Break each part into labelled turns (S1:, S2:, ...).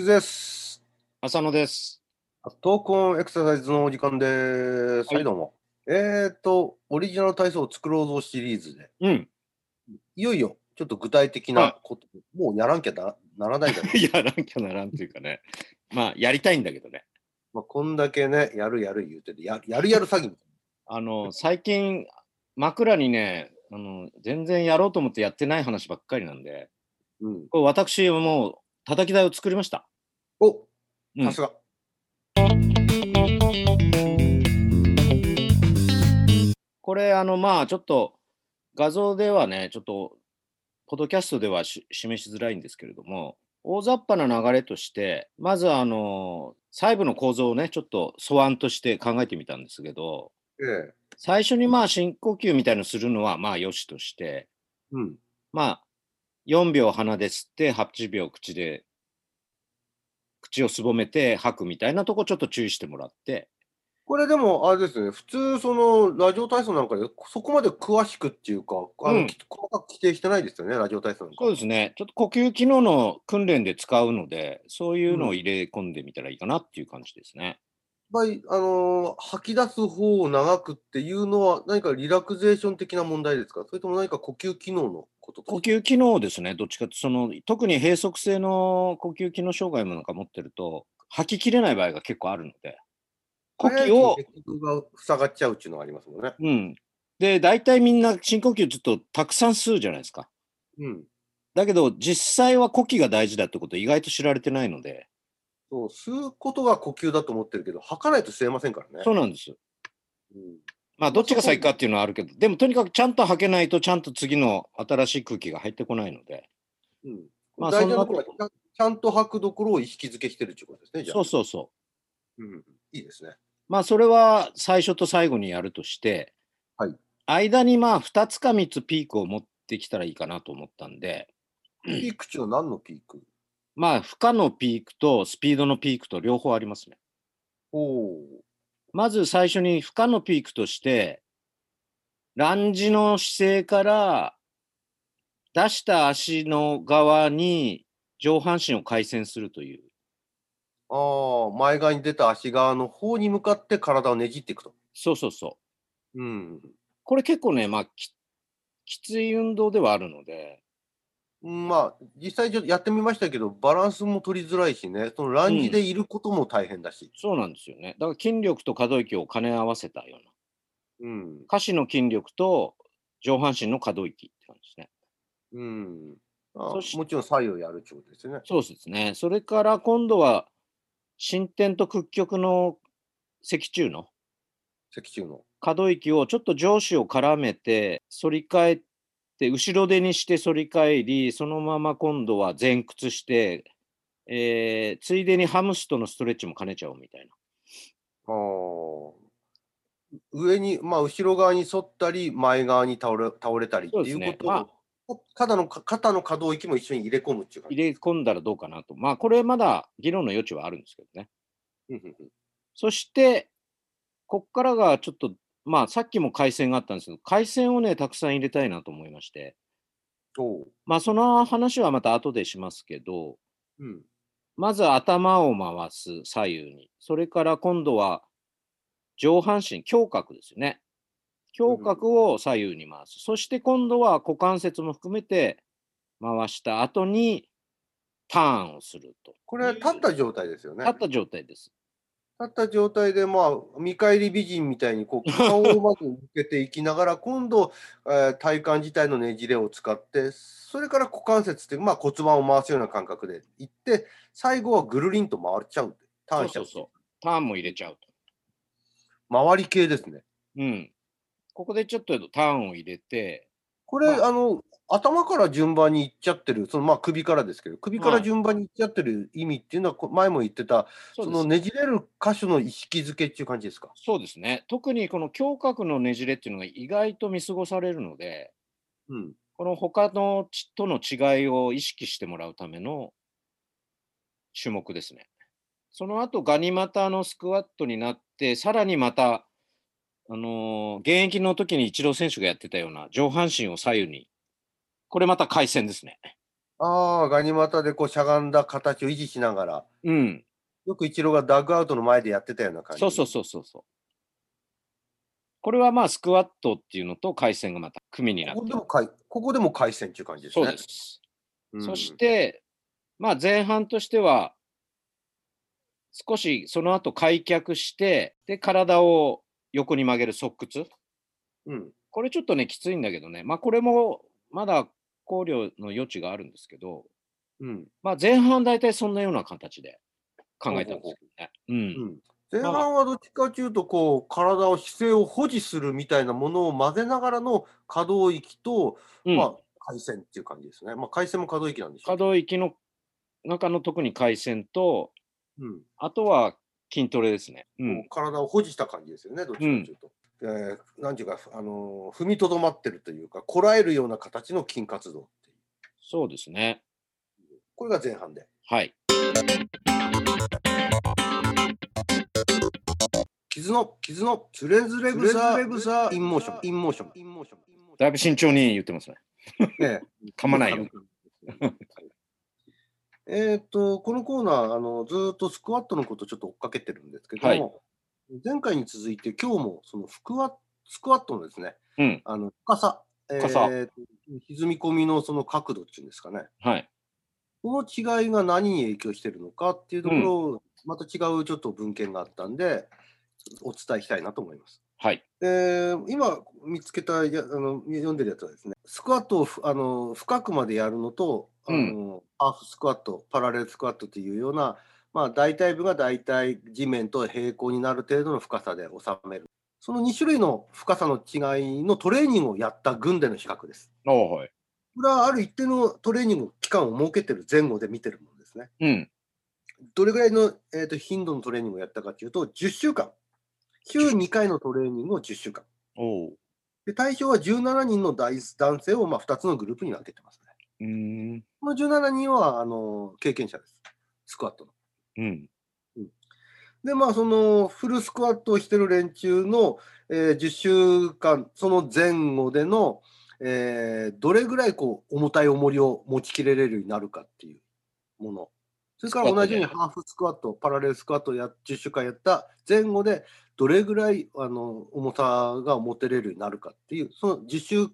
S1: です。
S2: 浅野です。
S1: 闘魂エクササイズのお時間です。はい、
S2: はい
S1: どうも。えっ、ー、と、オリジナル体操を作ろうぞシリーズで、
S2: うん。。
S1: いよいよちょっと具体的なこと、もうやらんきゃなならないんだね
S2: やらんきゃならんというかね。まあ、やりたいんだけどね。
S1: まあ、こんだけね、やるやる言うてて、ややるやる詐欺。
S2: あの、最近、枕にね、あの、全然やろうと思ってやってない話ばっかりなんで、
S1: うん、
S2: これ私はもう、叩き台を作りました。
S1: お
S2: うん
S1: さすが。
S2: これ、あの、まあ、ちょっと、画像ではね、ちょっと、ポッドキャストではし示しづらいんですけれども、大雑把な流れとして、まず、あの、細部の構造をね、ちょっと素案として考えてみたんですけど、
S1: ええ
S2: 最初にまあ深呼吸みたいのするのはまあよしとして、
S1: うん。
S2: まあ4秒鼻で吸って8秒口で口をすぼめて吐くみたいなとこちょっと注意してもらって、
S1: これでも、あれですね、普通、その、ラジオ体操なんかで、そこまで詳しくっていうか、あの、
S2: うん
S1: き細かく規定してないですよね、ラジオ体操なんか。
S2: そうですね、ちょっと呼吸機能の訓練で使うので、そういうのを入れ込んでみたらいいかなっていう感じですね。
S1: やっぱり、あのー吐き出す方を長くっていうのは、何かリラクゼーション的な問題ですかそれとも何か呼吸機能のこと
S2: 呼
S1: と
S2: 吸機能ですね、どっちかってその特に閉塞性の呼吸機能障害なんか持ってると、吐ききれない場合が結構あるので、呼吸を
S1: 早いと結局が塞がっちゃうっていうのがありますもんね。
S2: うん。で、大体みんな深呼吸ずっとたくさん吸うじゃないですか。
S1: うん。
S2: だけど、実際は呼気が大事だってこと意外と知られてないので、
S1: そう、吸うことが呼吸だと思ってるけど、吐かないと吸えませんからね。
S2: そうなんです。
S1: うん
S2: まあ、どっちが先かっていうのはあるけど、でもとにかくちゃんと吐けないと、ちゃんと次の新しい空気が入ってこないので、
S1: うん
S2: まあ
S1: 大事な
S2: そ
S1: と
S2: んな
S1: ころはちゃん、ちゃんと吐くどころを意識づけしてるっていうことですね、じゃあ。
S2: そうそうそう。
S1: うん。いいです ね。
S2: まあ、それは最初と最後にやるとして、
S1: はい
S2: 間にまあ、2つか3つピークを持ってきたらいいかなと思ったんで、
S1: ピーク中何のピーク
S2: まあ、負荷のピークとスピードのピークと両方ありますね。
S1: おお
S2: まず最初に負荷のピークとして、ランジの姿勢から出した足の側に上半身を回旋するという。
S1: ー。ああ、前側に出た足側の方に向かって体をねじっていくと。
S2: そうそうそう。
S1: うん。
S2: これ結構ね、まあき、きつい運動ではあるので、
S1: うんまあ、実際ちょっとやってみましたけど、バランスも取りづらいしね、そのランジでいることも大変だし。
S2: そうなんですよね。だから筋力と可動域を兼ね合わせたような。
S1: うん。
S2: 下肢の筋力と上半身の可動域って感じですね。
S1: うん。あ
S2: そし
S1: もちろん左右やるってことですよね。
S2: そうですね。それから今度は、進展と屈曲の脊柱の
S1: 脊柱の。
S2: 可動域をちょっと上肢を絡めて反り返って後ろ手にして反り返りそのまま今度は前屈して、えーついでにハムストのストレッチも兼ねちゃおうみたいな
S1: あー上に、まあ、後ろ側に沿ったり、前側に倒れ倒れたりって
S2: そう
S1: い
S2: です
S1: う
S2: ね
S1: ことを、
S2: まあ
S1: 肩のか肩の可動域も一緒に入れ込むっていう感じ。
S2: 入れ込んだらどうかなとまあこれまだ議論の余地はあるんですけどね
S1: うんうんうん
S2: そしてこっからがちょっとまあさっきも回線があったんですけど回線をねたくさん入れたいなと思いまして
S1: おう
S2: まあその話はまた後でしますけど
S1: うん。
S2: まず頭を回す左右に。それから今度は上半身、胸郭ですよね。胸郭を左右に回す。そして今度は股関節も含めて回した後にターンをすると。
S1: これは立った状態ですよね。
S2: 立った状態です。
S1: 立った状態で、まあ、見返り美人みたいに、 こう、顔をまず向けていきながら、今度、えー体幹自体のねじれを使って、それから股関節っていう、まあ、骨盤を回すような感覚でいって、最後はぐるりんと回っちゃう。ター
S2: そ
S1: ン
S2: う
S1: しちゃ
S2: そうう。そう。ターンも入れちゃうと。
S1: 回り系ですね。
S2: うん。ここでちょっとターンを入れて、
S1: これ、
S2: ま
S1: あ、の、頭から順番にいっちゃってる、その、まあ、首からですけど、首か
S2: は
S1: ら
S2: い
S1: 順番にいっちゃってる意味っていうのは、こ前も言ってた、
S2: そう
S1: そ
S2: です
S1: のねじれる箇所の意識づけっていう感じですか。
S2: そうですね。特にこの胸郭のねじれっていうのが意外と見過ごされるので、
S1: うん。
S2: この他のちとの違いを意識してもらうための種目ですね。その後ガニ股のスクワットになって、さらにまた、あのー現役の時にイチロー選手がやってたような上半身を左右に、これまた回旋ですね。
S1: ああ、ガニ股でこうしゃがんだ形を維持しながら、
S2: うん。
S1: よくイチローがダッグアウトの前でやってたような感じ。
S2: そうそうそうそうそう。これはまあスクワットっていうのと回線がまた組になっ
S1: こ
S2: て
S1: こで
S2: る
S1: もかいここでも回戦っていう感じです
S2: そ
S1: ね。
S2: うです。
S1: うん
S2: そし、て、まあ前半としては、少しその後開脚して、で、体を横に曲げる側屈。
S1: うん、
S2: これちょっとね、きついんだけどね。まあこれもまだ考慮の余地があるんですけど、
S1: うん、
S2: まあ前半大体そんなような形で考えたんですけどね。う。
S1: うんん。前半はどっちかというと、こう、体を姿勢を保持するみたいなものを混ぜながらの可動域と、
S2: うん
S1: まあ、回線っていう感じですね。まあ、回線も可動域なんでしょ
S2: 可
S1: うけど。
S2: 動域の中の特に回線と、
S1: うん
S2: あとは筋トレですね。う
S1: こ
S2: ん
S1: う。体を保持した感じですよね、どっちかというと。えーなんていうか、あのー踏みとどまってるというか、こらえるような形の筋活動っていう。
S2: そうですね。
S1: これが前半で。
S2: はい。
S1: 傷の、傷の、つれずれ草、インモーション、インモーション。インモーション
S2: だいぶ慎重に言ってますね。
S1: ええ
S2: 噛まないよ。
S1: えーっと、このコーナー、あの、ずーっとスクワットのことちょっと追っかけてるんですけども、前回に続いて今日もそのスクワスクワットのですね、
S2: うん。
S1: あの、深さ、え
S2: 深さ
S1: ーっと歪み込みのその角度っていうんですかね、
S2: はい。
S1: この違いが何に影響してるのかっていうところを、また違うちょっと文献があったんで、お伝えしたいなと思います。
S2: はい。
S1: えー今見つけたやあの読んでるやつはですねスクワットをふあの深くまでやるのとあの、ハーフスクワットパラレルスクワットというような、まあ、大体部が大体地面と平行になる程度の深さで収めるその2種類の深さの違いのトレーニングをやった群での比較です
S2: おおはい。
S1: これはある一定のトレーニング期間を設けてる前後で見てるものですね
S2: うん。
S1: どれぐらいの、えー、と頻度のトレーニングをやったかというと10週間週2回のトレーニングを10週間
S2: おお。
S1: で対象は17人の大男性をまあ2つのグループに分けてますね。
S2: うーん。
S1: この17人はあの経験者です。スクワットの。
S2: うん。
S1: で、まあ、そのフルスクワットをしてる連中の、えー10週間、その前後での、えーどれぐらいこう重たい重りを持ちきれれるようになるかっていうもの。それから同じように
S2: スク
S1: ハーフスクワット、パラレルスクワットをや10週間やった前後で、どれぐらいあの重さが持てれるようになるかっていう、その10週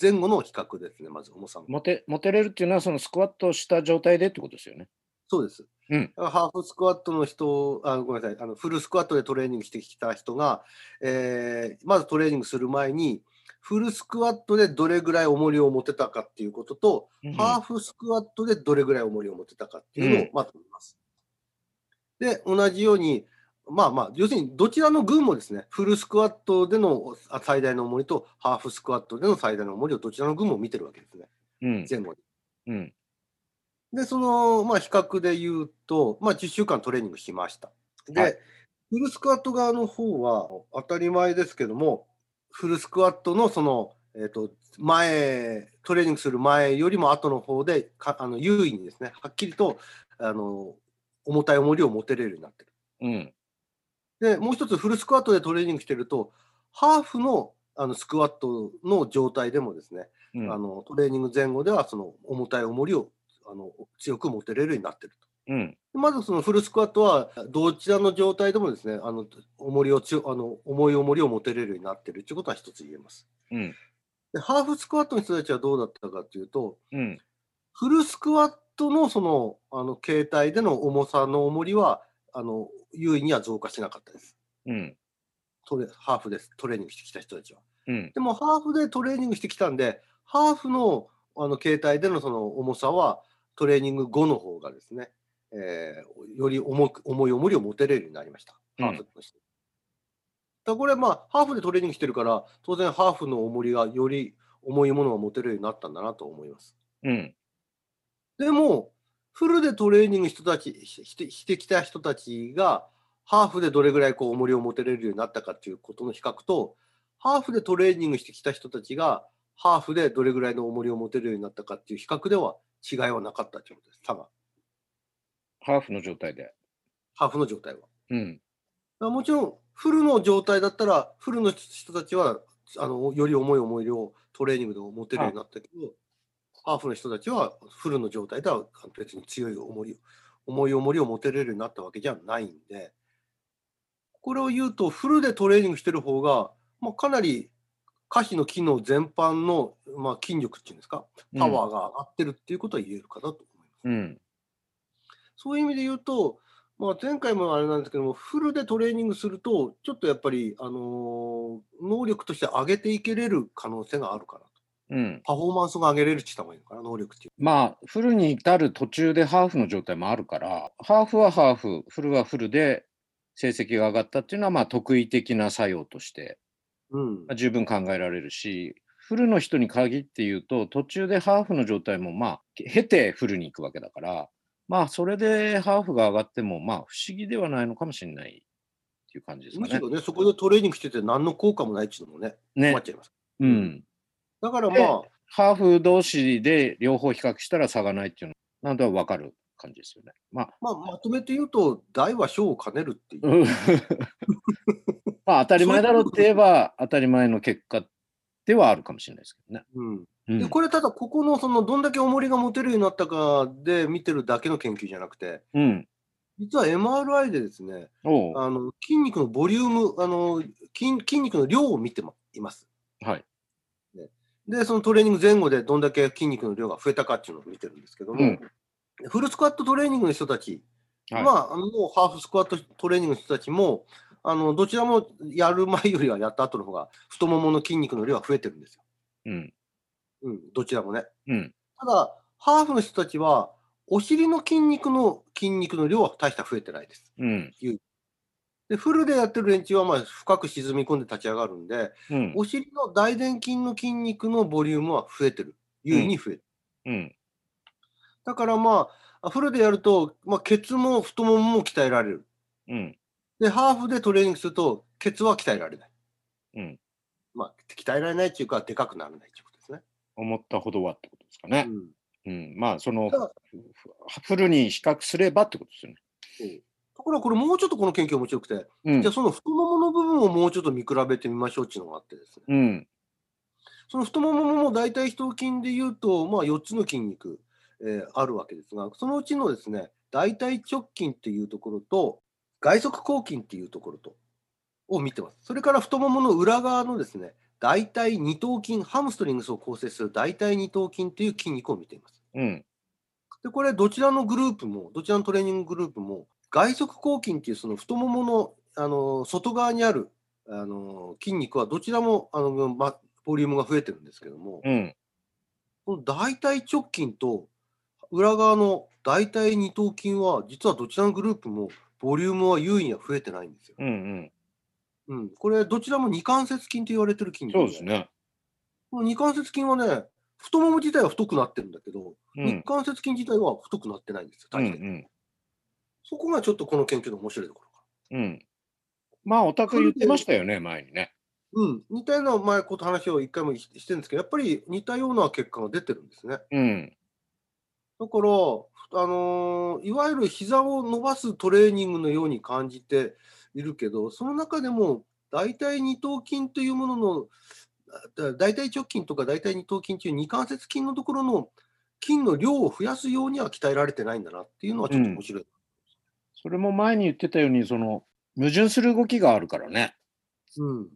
S1: 前後の比較ですね、まず重さの。
S2: モテ、モテれるっていうのは、そのスクワットをした状態でってことですよね。
S1: そうです。
S2: うん
S1: だからハーフスクワットの人あ、ごめんなさい、あのフルスクワットでトレーニングしてきた人が、えーまずトレーニングする前に、フルスクワットでどれぐらい重りを持てたかっていうことと、
S2: うん
S1: ハーフスクワットでどれぐらい重りを持てたかっていうのを
S2: うん
S1: まず見ます。で、同じように、まあまあ、要するにどちらの群もですね、フルスクワットでのあ最大の重りと、ハーフスクワットでの最大の重りをどちらの群も見てるわけですね、
S2: うん。
S1: 前後に。
S2: うん。
S1: で、その、まあ、比較で言うと、まあ、10週間トレーニングしました。で、
S2: はい
S1: フルスクワット側の方は、当たり前ですけども、フルスクワットのその、えっ、と、前、トレーニングする前よりも後の方で、かあの優位にですね、はっきりと、あの、重たい重りを持てれるようになって
S2: うん。
S1: る。で、もう一つ、フルスクワットでトレーニングしてると、ハーフの、あのスクワットの状態でもですね、
S2: うん。
S1: あのトレーニング前後ではその重たい重りをあの強く持てれるようになってると。
S2: うん。
S1: まずそのフルスクワットはどちらの状態でもですねあの重りを強あの重い重りを持てれるようになってるということは一つ言えます。
S2: うん。
S1: でハーフスクワットの人たちはどうだったかというと
S2: うん。
S1: フルスクワットのそのあの形態での重さの重りはあの優位には増加しなかったです。
S2: うん。
S1: トレハーフですトレーニングしてきた人たちは。
S2: うん。
S1: でもハーフでトレーニングしてきたんで、ハーフのあの形態でのその重さは、トレーニング後の方がですね、えーより重く重い重りを持てれるようになりました、
S2: うん
S1: ハーフとして。だからこれ、まあ、ハーフでトレーニングしてるから、当然、ハーフの重りがより重いものが持てるようになったんだなと思います。
S2: うん。
S1: でも、フルでトレーニング人たちししてしてきた人たちが、ハーフでどれぐらいこう重りを持てれるようになったかということの比較と、ハーフでトレーニングしてきた人たちが、ハーフでどれぐらいの重りを持てるようになったかっていう比較では違いはなかったということです、差が、
S2: ハーフの状態で。
S1: ハーフの状態は。だか
S2: うん。
S1: らもちろん、フルの状態だったら、フルの人たちはあのより重い重りをトレーニングでも持てるようになったけど、ハーフの人たちはフルの状態では別に強い重りを重い重りを持てれるようになったわけじゃないんでこれを言うとフルでトレーニングしてる方が、まあ、かなり可否の機能全般の、まあ、筋力っていうんですかパワーが上がってるっていうことは言えるかなと思います。
S2: うん。
S1: そういう意味で言うと、まあ、前回もあれなんですけども、フルでトレーニングすると、ちょっとやっぱり、あのー能力として上げていけれる可能性があるかなと。
S2: うん。
S1: パフォーマンスが上げれるって言った方がいいのかな、能力っていう。
S2: まあ、フルに至る途中でハーフの状態もあるから、ハーフはハーフ、フルはフルで成績が上がったっていうのは、まあ、特異的な作用として
S1: うん
S2: まあ。十分考えられるし、フルの人に限って言うと、途中でハーフの状態も、まあ、経てフルに行くわけだから、まあ、それでハーフが上がっても、まあ、不思議ではないのかもしれないっていう感じですか
S1: むし
S2: ね。
S1: ろね、そこでトレーニングしてて何の効果もないっていうのもね、
S2: ね
S1: 困っ。ちゃいます。
S2: うん。
S1: だから
S2: で
S1: まあ、
S2: ハーフ同士で両方比較したら差がないっていうのなんとは分かる感じですよね。ま あ、
S1: まあ、まとめて言うと、大は小を兼ねるっていう。
S2: うんまあ当たり前だろうって言えば当たり前の結果ではあるかもしれないですけどね。
S1: うん。
S2: うん
S1: で、これただ、ここの、その、どんだけ重りが持てるようになったかで見てるだけの研究じゃなくて、
S2: うん、
S1: 実は MRI でですね、
S2: おう
S1: あの筋肉のボリューム、あの筋筋肉の量を見てもいます。
S2: はい。
S1: ね、で、そのトレーニング前後でどんだけ筋肉の量が増えたかっていうのを見てるんですけども、
S2: うん
S1: フルスクワットトレーニングの人たち、
S2: はい
S1: まあ、あのもうハーフスクワットトレーニングの人たちも、あのどちらもやる前よりはやった後の方が太ももの筋肉の量は増えてるんですよ。
S2: うん
S1: うん、どちらもね。
S2: うん
S1: ただ、ハーフの人たちは、お尻の筋肉の筋肉の量は大した増えてないです。
S2: うん
S1: で、フルでやってる連中はまあ深く沈み込んで立ち上がるんで、
S2: うん
S1: お尻の大臀筋の筋肉のボリュームは増えてる。優位に増えてる。
S2: うん
S1: だからまあ、フルでやると、まあ、ケツも太ももも鍛えられる。
S2: うん
S1: で、ハーフでトレーニングすると、ケツは鍛えられない。
S2: うん
S1: まあ、鍛えられないっていうか、でかくならないっていうことですね。
S2: 思ったほどはってことですかね
S1: う。ん
S2: うん、まあその
S1: ただ
S2: フルに比較すればってことですよね。
S1: そうところがこれもうちょっとこの研究面白くて、
S2: うん
S1: じゃあその太ももの部分をもうちょっと見比べてみましょうっていうのがあってですね、
S2: うん
S1: その太ももももう大体頭筋で言うと、まあ、4つの筋肉、えーあるわけですが、そのうちのですね、大腿直筋っていうところと、外側後筋っていうところと、を見てます。それから太ももの裏側のですね、大腿二頭筋、ハムストリングスを構成する大腿二頭筋っていう筋肉を見ています。
S2: うん
S1: で、これ、どちらのグループも、どちらのトレーニンググループも、外側後筋っていうその太ももの、あの外側にある、あの筋肉はどちらも、あのま、ボリュームが増えてるんですけども、
S2: うん
S1: この大腿直筋と裏側の大腿二頭筋は、実はどちらのグループもボリュームは優位には増えてないんですよ。
S2: うんうん
S1: うん、これ、どちらも二関節筋と言われてる筋肉
S2: そうです。ね。
S1: この二関節筋はね、太もも自体は太くなってるんだけど、
S2: う
S1: 二
S2: ん
S1: 関節筋自体は太くなってないんですよ、
S2: うんう
S1: 確かに。
S2: ん
S1: そこがちょっとこの研究の面白いところか
S2: うん。まあお宅言ってましたよね前にね。
S1: な。うん、似たような前こと話を一回もししてるんですけど、やっぱり似たような結果が出てるんですね。
S2: うん
S1: だから、あのーいわゆる膝を伸ばすトレーニングのように感じているけど、その中でも大体二頭筋というものの、あ大体直筋とか大体二頭筋という二関節筋のところの筋の量を増やすようには鍛えられてないんだなっていうのはちょっと面白い。
S2: それも前に言ってたように、その矛盾する動きがあるからね。
S1: うん。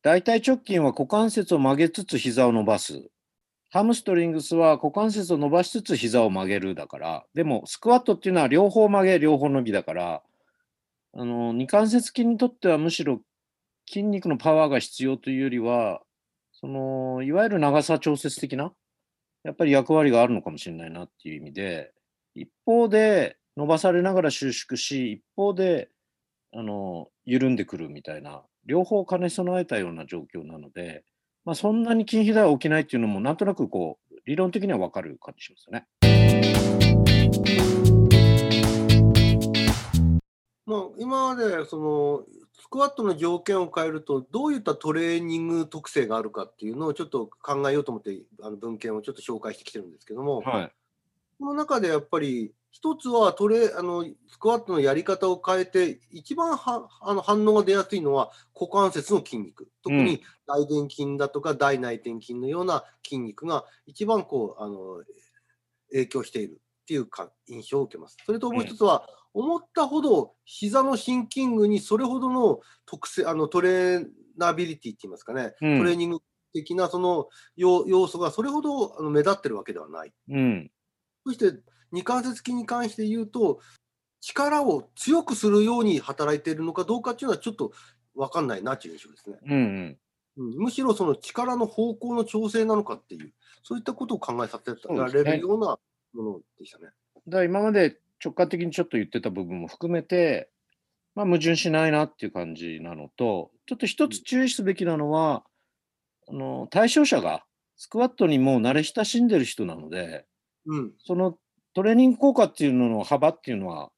S2: 大腿直筋は股関節を曲げつつ膝を伸ばす。ハムストリングスは股関節を伸ばしつつ膝を曲げるだから。でもスクワットっていうのは両方曲げ、両方伸びだから、あの、二関節筋にとってはむしろ筋肉のパワーが必要というよりは、その、いわゆる長さ調節的な、やっぱり役割があるのかもしれないなっていう意味で、一方で伸ばされながら収縮し、一方であの緩んでくるみたいな両方兼ね備えたような状況なので、まあ、そんなに筋肥大は起きないっていうのもなんとなくこう理論的には分かる感じしますよね。
S1: まあ、今までそのスクワットの条件を変えるとどういったトレーニング特性があるかっていうのをちょっと考えようと思ってあの文献をちょっと紹介してきてるんですけども、
S2: はい、
S1: この中でやっぱり一つはトレあのスクワットのやり方を変えて、一番はあの反応が出やすいのは股関節の筋肉、特に大臀筋だとか大内転筋のような筋肉が一番こうあの影響しているっていうか印象を受けます。それともう一つは、思ったほど膝のシンキングにそれほどの特性あのトレーナビリティって言いますかね、
S2: うん
S1: トレーニング的なその要要素がそれほどあの目立ってるわけではない。
S2: うん。
S1: そして二関節筋に関して言うと力を強くするように働いているのかどうかっていうのはちょっと分かんないなという印象ですね、
S2: うんうん。
S1: うんむしろその力の方向の調整なのかっていうそういったことを考えさせら
S2: そう
S1: れ
S2: ですね
S1: るようなものでしたね。
S2: だから今まで直感的にちょっと言ってた部分も含めて、まあ、矛盾しないなっていう感じなのと、ちょっと一つ注意すべきなのは、あの対象者がスクワットにもう慣れ親しんでる人なので、
S1: うん、
S2: そのトレーニング効果っていうのの幅っていうのは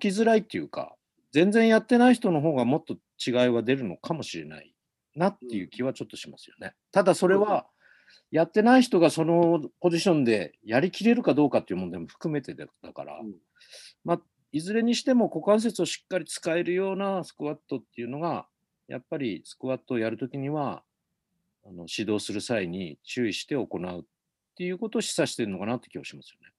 S2: 起きづらいっていうか、全然やってない人の方がもっと違いは出るのかもしれないなっていう気はちょっとしますよね。ただそれは、やってない人がそのポジションでやりきれるかどうかっていう問題も含めてだだから、
S1: うん
S2: まあ、いずれにしても股関節をしっかり使えるようなスクワットっていうのが、やっぱりスクワットをやるときには、あの指導する際に注意して行うっていうことを示唆してるのかなって気がしますよね。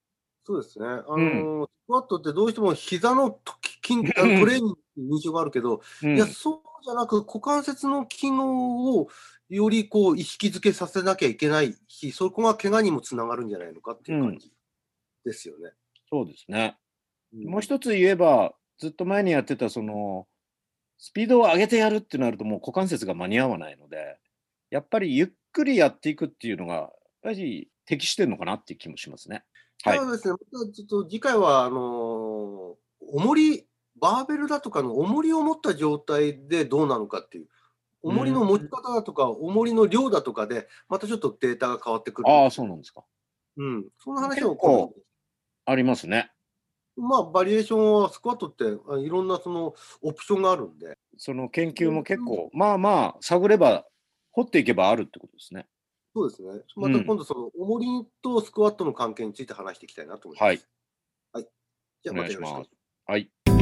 S1: そうですね。あの
S2: ん
S1: スクワットってどうしても膝の筋あのトレーニングっていう印象があるけど、
S2: うん
S1: いや、そうじゃなく、股関節の機能をよりこう意識づけさせなきゃいけないし、そこが怪我にもつながるんじゃないのかっていう感じですよね。
S2: そうですね。
S1: ん
S2: もう一つ言えば、ずっと前にやってた、その、スピードを上げてやるってなると、もう股関節が間に合わないので、やっぱりゆっくりやっていくっていうのが、やっぱり適してるのかなっていう気もしますね。はい
S1: ただですね、またちょっと次回は、あのー重り、バーベルだとかの重りを持った状態でどうなのかっていう、重りの持ち方だとか、重りの量だとかで、またちょっとデータが変わってくる。
S2: ああ、そうなんですか。
S1: うん、その話を
S2: 結構ありますね。
S1: まあ、バリエーションは、スクワットってあいろんなそのオプションがあるんで、
S2: その研究も結構、まあまあ、探れば、掘っていけばあるってことですね。
S1: そうですね。
S2: う
S1: ま
S2: ん
S1: た今度、その、重りとスクワットの関係について話していきたいなと思います。
S2: はい。
S1: はい。じゃあ、
S2: お
S1: ま
S2: 願
S1: たよ
S2: いし
S1: ろしく
S2: ます。はい。